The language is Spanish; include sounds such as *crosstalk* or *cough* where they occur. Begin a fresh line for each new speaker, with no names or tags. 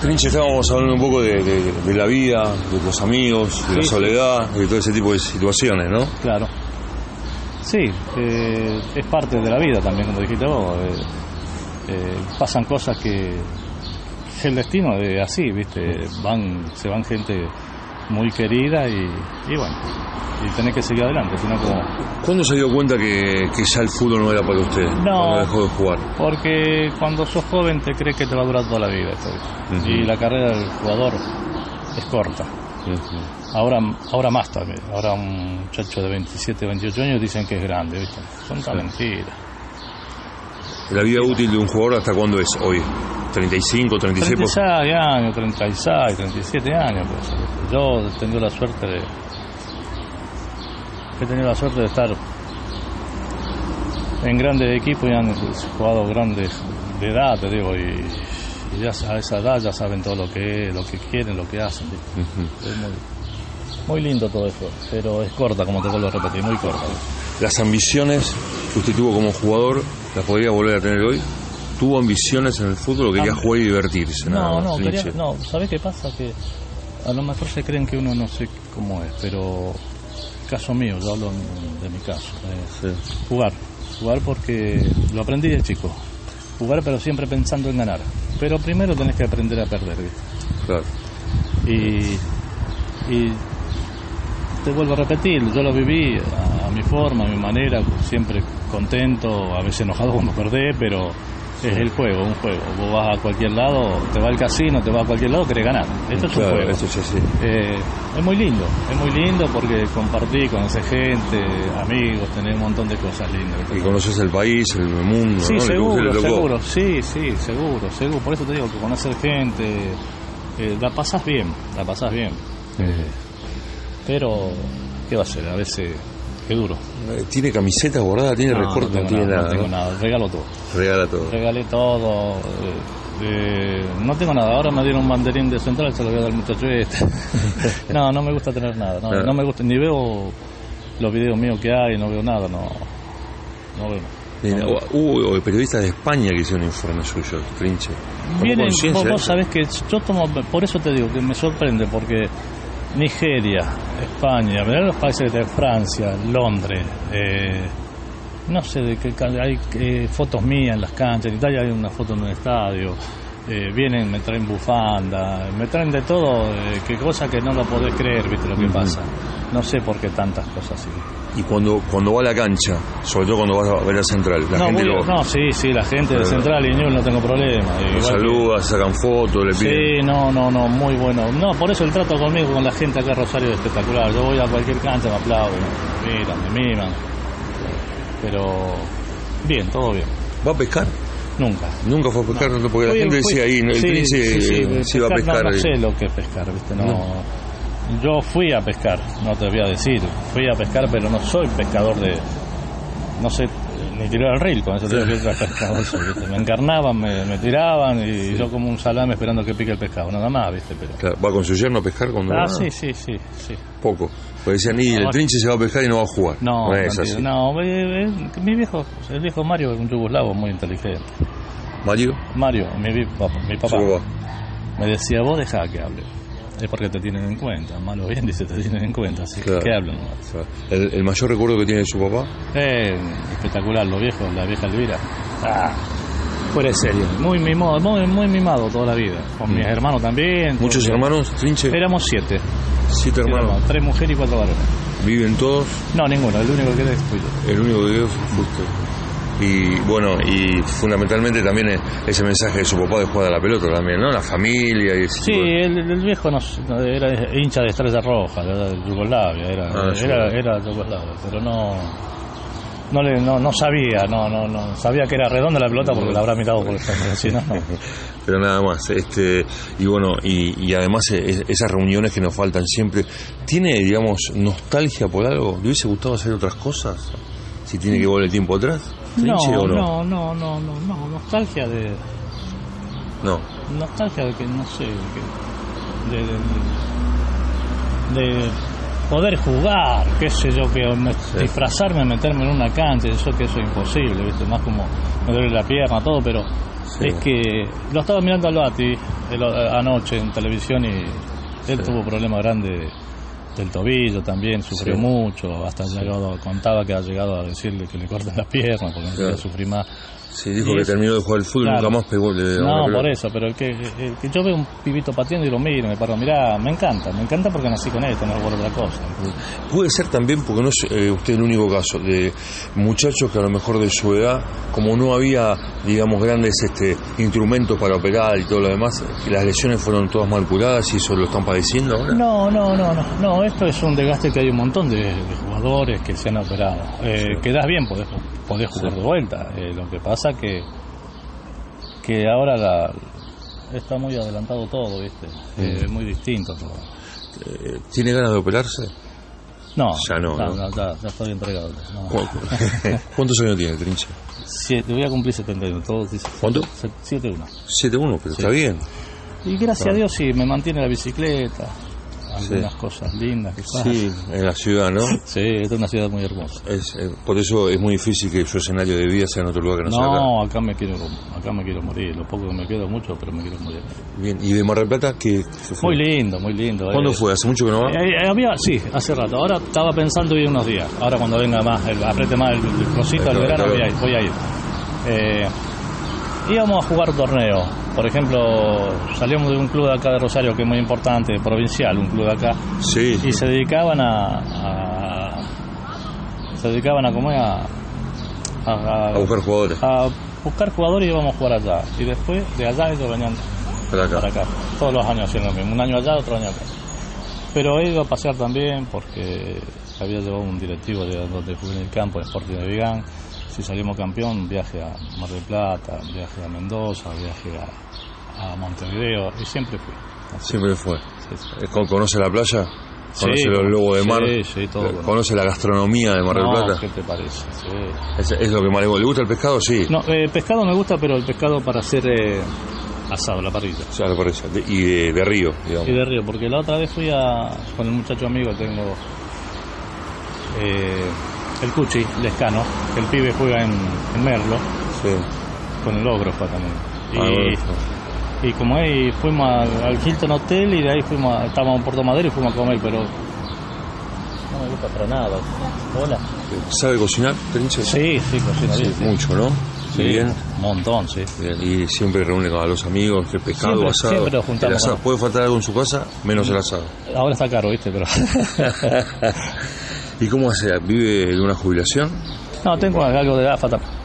trinche estábamos hablando un poco de, de- de la vida, de los amigos, de la
Sí, sí.
soledad, de todo ese tipo de situaciones, ¿no?
Claro. Sí, eh, es parte de la vida también, como dijiste vos. eh, eh, pasan cosas que que el destino de así, viste, van, se van gente muy querida y, y bueno, y tenés que seguir adelante, sino como
¿Cuándo se dio cuenta que, que ya el fútbol no era para usted?
No.
Cuando dejó de jugar.
Porque cuando sos joven te crees que te va a durar toda la vida esto, ¿viste?
Ujú.
Y la carrera del jugador es corta. Ahora, ahora más también. Ahora un muchacho de 27, 28 años dicen que es grande, ¿viste? Son todas mentiras.
La vida útil de un jugador hasta cuándo es hoy? 35, 36 por-
36 años, 36, 37 años. puede ser. Yo he tenido la suerte de... He tenido la suerte de estar en grandes equipos y han jugado grandes de edad, te digo, y, y ya a esa edad ya saben todo lo que es, lo que quieren, lo que hacen. ¿viste?
Ujú.
Es muy, muy lindo todo eso, pero es corta, como te vuelvo a repetir, muy corta.
Las ambiciones que usted tuvo como jugador, ¿las podría volver a tener hoy? ¿Tuvo ambiciones en el fútbol o quería
Am-
jugar y divertirse? nada
No,
más,
no, quería-
Trinche?
no, ¿sabes qué pasa? Que a lo mejor se creen que uno no sé cómo es, pero caso mío, yo hablo en- de mi caso. eh,
Sí.
jugar, jugar porque lo aprendí de chico. Jugar pero siempre pensando en ganar. Pero primero tenés que aprender a perder, ¿viste?
Claro.
y, y te vuelvo a repetir, yo lo viví a, a mi forma, a mi manera, siempre contento, a veces enojado cuando perdés, pero es el juego, un juego. Vos vas a cualquier lado, te va al casino, te vas a cualquier lado, querés ganar. Esto es un
Claro,
juego.
eso es así.
Eh, es muy lindo, es muy lindo porque compartí, conocí gente, amigos, tenés un montón de cosas lindas.
Y conoces el país, el mundo,
Sí,
¿no? Le- le
seguro,
tocó.
seguro, sí, sí, seguro, seguro. Por eso te digo que conocer gente, eh, la pasas bien, la pasas bien. Eh, pero, ¿qué va a ser? A veces, qué duro.
Eh, Tiene camisetas guardadas, tiene recortes, no,
tengo
tiene
nada,
nada.
no tengo
¿no?
nada, regalo todo.
Regala todo.
Regalé todo. eh, eh, no tengo nada, ahora me dieron un banderín de central, se lo voy a dar al muchacho este. *laughs* no, no me gusta tener nada, no,
Claro.
no me gusta, ni veo los videos míos que hay, no veo nada, no, no veo.
Mira, hubo periodistas de España que hicieron informes suyos, trinche. Tomó
Vienen,
conciencia
vos,
de
vos
eso.
sabés que yo tomo, por eso te digo que me sorprende, porque Nigeria, España, mirá los países de Francia, Londres, eh, no sé de qué, ca- hay eh, fotos mías en las canchas, en Italia hay una foto en un estadio, eh, vienen, me traen bufanda, me traen de todo, eh, que cosa que no lo podés creer, viste lo que
Ujú.
pasa. No sé por qué tantas cosas así.
¿eh? Y cuando, cuando va a la cancha, sobre todo cuando va a ver a Central, la
no,
gente
voy-
lo,
no, sí, sí, la gente de
Pero-
Central y Ñuble no tengo problema.
lo
igual que-
saluda, sacan fotos, le piden.
Sí, no, no, no, muy bueno. No, por eso el trato conmigo con la gente acá en Rosario es espectacular. Yo voy a cualquier cancha, me aplauden, me miran, me miman. Pero bien, todo bien.
¿Va a pescar?
Nunca.
Nunca fue a pescar, no, porque la
Fui-
gente
fui-
decía ahí, ¿no? el
pues, sí,
trinche
sí, sí,
eh, se iba a pescar.
No, no
ahí.
sé lo que es pescar, ¿viste? No.
No.
Yo fui a pescar, no te voy a decir. Fui a pescar, pero no soy pescador de. No sé, ni tirar al reel, con eso te digo que era pescador soy, ¿viste? Me encarnaban, me, me tiraban y yo como un salame esperando que pique el pescado, nada más, ¿viste? Pero.
Claro, ¿Va con su yerno a pescar cuando
Ah,
va?
sí, sí, sí, sí.
Poco. Porque decían, y el
No,
trinche se va a pescar y no va a jugar.
No, no,
es
entiendo.
así.
no, eh, eh, mi viejo, el viejo Mario es un yugoslavo muy inteligente.
Mario,
Mario, mi, vi- papá, mi papá,
su papá.
me decía, vos dejá que hable. Es porque te tienen en cuenta, malo bien dice, te tienen en cuenta, así
Claro.
que que hablen. nomás.
El, el mayor recuerdo que tiene de su papá,
Eh, espectacular, los viejos, la vieja Elvira. Ah,
Fuera de serio.
muy mimado, muy, muy mimado toda la vida. Con mis hermanos también.
Mm. muchos
todos-
hermanos, trinche,
Éramos siete,
siete hermanos,
éramos tres mujeres y cuatro varones.
viven todos,
No, ninguno, el único que quedé fui yo.
el único que vive fue usted. Y bueno, y fundamentalmente también e- ese mensaje de su papá de jugar a la pelota también, ¿no? La familia y ese
Sí,
tipo de-
el, el viejo nos, era hincha de Estrella Roja, era de Yugoslavia, era,
Ah, sí.
era, era Yugoslavia, pero no, no, le, no, no sabía, no, no, no, sabía que era redonda la pelota porque la habrá mirado por el centro, si no, no.
Pero nada más, este, y bueno, y, y además e- e- esas reuniones que nos faltan siempre, ¿tiene, digamos, nostalgia por algo? ¿Le hubiese gustado hacer otras cosas? Si tiene que volver el tiempo atrás, trinche o no?
No, no, no, no, no, no, nostalgia de,
No.
nostalgia de que, no sé, de que, de, de- de poder jugar, qué sé yo, que me-
Sí.
disfrazarme, meterme en una cancha, yo que eso es imposible, ¿viste? más como me duele la pierna, todo, pero
Sí.
es que lo estaba mirando al Bati el- eh, anoche en televisión y
Sí.
él tuvo problemas grandes del tobillo también, sufrió
Sí.
mucho, hasta ha llegado, contaba que ha llegado a decirle que le corten la *laughs* pierna porque no
Claro.
quería sufrir más.
Sí, dijo
Y
que
es-
terminó de jugar al fútbol y
claro.
nunca más pegó. le-
No,
le-
por eso, pero el que, el que yo veo un pibito pateando y lo miro, me paro, mirá, me encanta, me encanta porque nací con esto, no por otra cosa.
Puede ser también, porque no es eh, usted el único caso, de muchachos que a lo mejor de su edad, como no había, digamos, grandes este, instrumentos para operar y todo lo demás, las lesiones fueron todas mal curadas y eso lo están padeciendo ahora.
No, no, no, no, no, esto es un desgaste que hay un montón de, de jugadores que se han operado.
Sí.
Eh, Quedás bien, podés, podés jugar
Sí.
de vuelta. Eh, lo que pasa que que ahora la- está muy adelantado todo, ¿viste? Eh,
Sí.
muy distinto todo.
Eh, ¿Tiene ganas de operarse?
No,
Ya no, ¿no?
ya, ya estoy entregado. no.
¿Cu- cu- *laughs* ¿Cuántos años tiene, Trinche?
Siete, voy a cumplir 71, todos dicen
¿Cuánto?
71.
7-1, pero
Sí.
está bien.
Y gracias
Claro.
a Dios sí, me mantiene la bicicleta, algunas cosas lindas que pasan.
Sí, en la ciudad, ¿no?
Sí, esta es una ciudad muy hermosa.
Es, eh, por eso es muy difícil que su escenario de vida sea en otro lugar que no, sea acá.
No, acá me quiero acá me quiero morir, lo poco que me quedo mucho, pero me quiero morir.
Bien, ¿y de Mar del Plata qué, qué fue?
Muy lindo, muy lindo. eh.
¿Cuándo fue? ¿Hace mucho que no va?
Eh, eh, había, sí, hace rato. Ahora estaba pensando ir unos días. Ahora cuando venga más, el, apriete más el, el cosito
El
del verano,
calor.
voy a ir. Voy a ir. Eh, íbamos a jugar un torneo. Por ejemplo, salíamos de un club de acá de Rosario, que es muy importante, provincial, un club de acá.
Sí.
y se dedicaban a, a- se dedicaban a comer a a, a-
A buscar jugadores
a buscar jugadores y íbamos a jugar allá y después de allá ellos venían
para acá.
para acá todos los años hacían lo mismo un año allá otro año acá pero he ido a pasear también porque había llevado un directivo de donde jugué en el campo de Sporting de Vigán si salimos campeón un viaje a Mar del Plata un viaje a Mendoza un viaje a, a Montevideo y siempre fui
Siempre fue.
Sí, sí.
Eh, ¿con- ¿Conoce la playa?
Sí,
¿Conoce los lobos de
sí,
mar?
sí, todo
Eh,
conozco.
¿Conoce la gastronomía de Mar del
No,
Plata?
¿Qué te parece? Sí.
Es, es lo que más le gusta. ¿Le gusta el pescado? Sí.
No, eh, pescado me gusta, pero el pescado para hacer eh, asado, la parrilla.
O sea, le parece. De- y de, de río, digamos.
Y de río, porque la otra vez fui a, con el muchacho amigo, tengo eh, el Cuchi Lescano, que el pibe juega en, en Merlo,
Sí.
con el ogro fue también. Y,
Ah, bueno.
y como ahí fuimos al, al Hilton Hotel y de ahí fuimos, a- estábamos en Puerto Madero y fuimos a comer, pero no me gusta para nada. Hola.
¿Sabe cocinar, Trinche?
Sí, sí, cocina
Sí,
bien. sí.
mucho, ¿no?
Sí,
Bien.
un montón, sí.
Bien, Y siempre reúne a los amigos, el pescado,
Siempre-
asado.
siempre nos juntamos,
El asado.
¿no?
Puede faltar algo en su casa, menos el asado.
Ahora está caro, viste, pero... Mm.
¿Y cómo hace? ¿Vive de una jubilación?
No, tengo algo de AFA también.